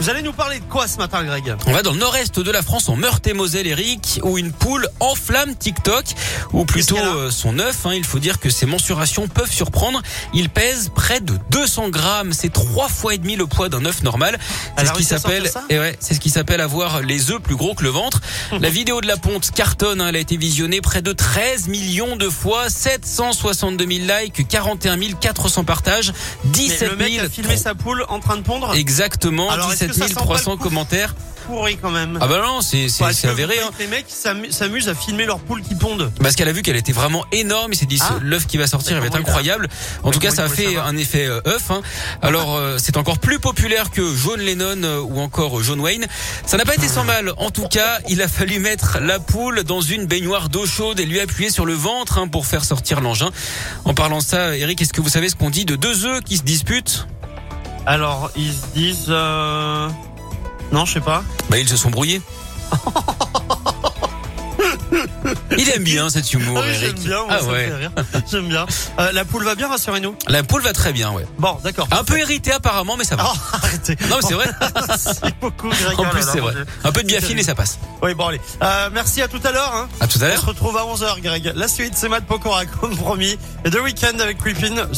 Vous allez nous parler de quoi ce matin, Greg On va dans le nord-est de la France, en Meurthe-et-Moselle, Eric, où une poule enflamme TikTok, ou plutôt qu'elle a euh, son œuf. hein. il faut dire que ses mensurations peuvent surprendre. Il pèse près de 200 grammes. C'est trois fois et demi le poids d'un œuf normal. Elle a C'est ce qui réussi à sortir s'appelle, ça et ouais, c'est ce qui s'appelle avoir les œufs plus gros que le ventre. La vidéo de la ponte cartonne. hein. elle a été visionnée près de 13 millions de fois, 762 000 likes, 41 400 partages, Mais 17 Le mec a 000 filmé sa poule en train de pondre. Exactement, Alors, est-ce que 17 ça sent pas le 300 coup commentaires. Pourri quand même. Ah bah non, c'est c'est- Parce c'est que avéré. vous hein. voyez que Les mecs s'amu- s'amusent à filmer leurs poules qui pondent. Parce qu'elle a vu qu'elle était vraiment énorme, il s'est dit Ah. ce- l'œuf qui va sortir Mais il va être comment il a- incroyable. En Mais tout cas, comment ça il a pouvait fait savoir un effet euh, œuf. hein. Alors euh, c'est encore plus populaire que John Lennon euh, ou encore John Wayne. Ça n'a pas été sans mal. En tout cas, il a fallu mettre la poule dans une baignoire d'eau chaude et lui appuyer sur le ventre hein, pour faire sortir l'engin. En parlant de ça, Eric, est-ce que vous savez ce qu'on dit de deux œufs qui se disputent Alors ils se disent. euh, Non, je sais pas. Bah ils se sont brouillés. Il aime bien cet humour, ah oui, j'aime Eric. bien. moi, ah ça me ouais. fait rire. J'aime bien. Euh, la poule va bien, rassurez-nous. La poule va très bien, ouais. Bon, d'accord. Un peu irrité apparemment, mais ça va. Oh, arrêtez. Non, mais c'est vrai. Merci beaucoup, Greg. En Oh là plus, là, c'est mon vrai. Dieu. Un peu de C'est biafine et ça passe. Oui, bon, allez. Euh, merci à tout à l'heure. hein. À tout à On l'heure. se retrouve à 11h, Greg. La suite, c'est Matt Pokora, comme promis. Et The Weeknd avec Creepin.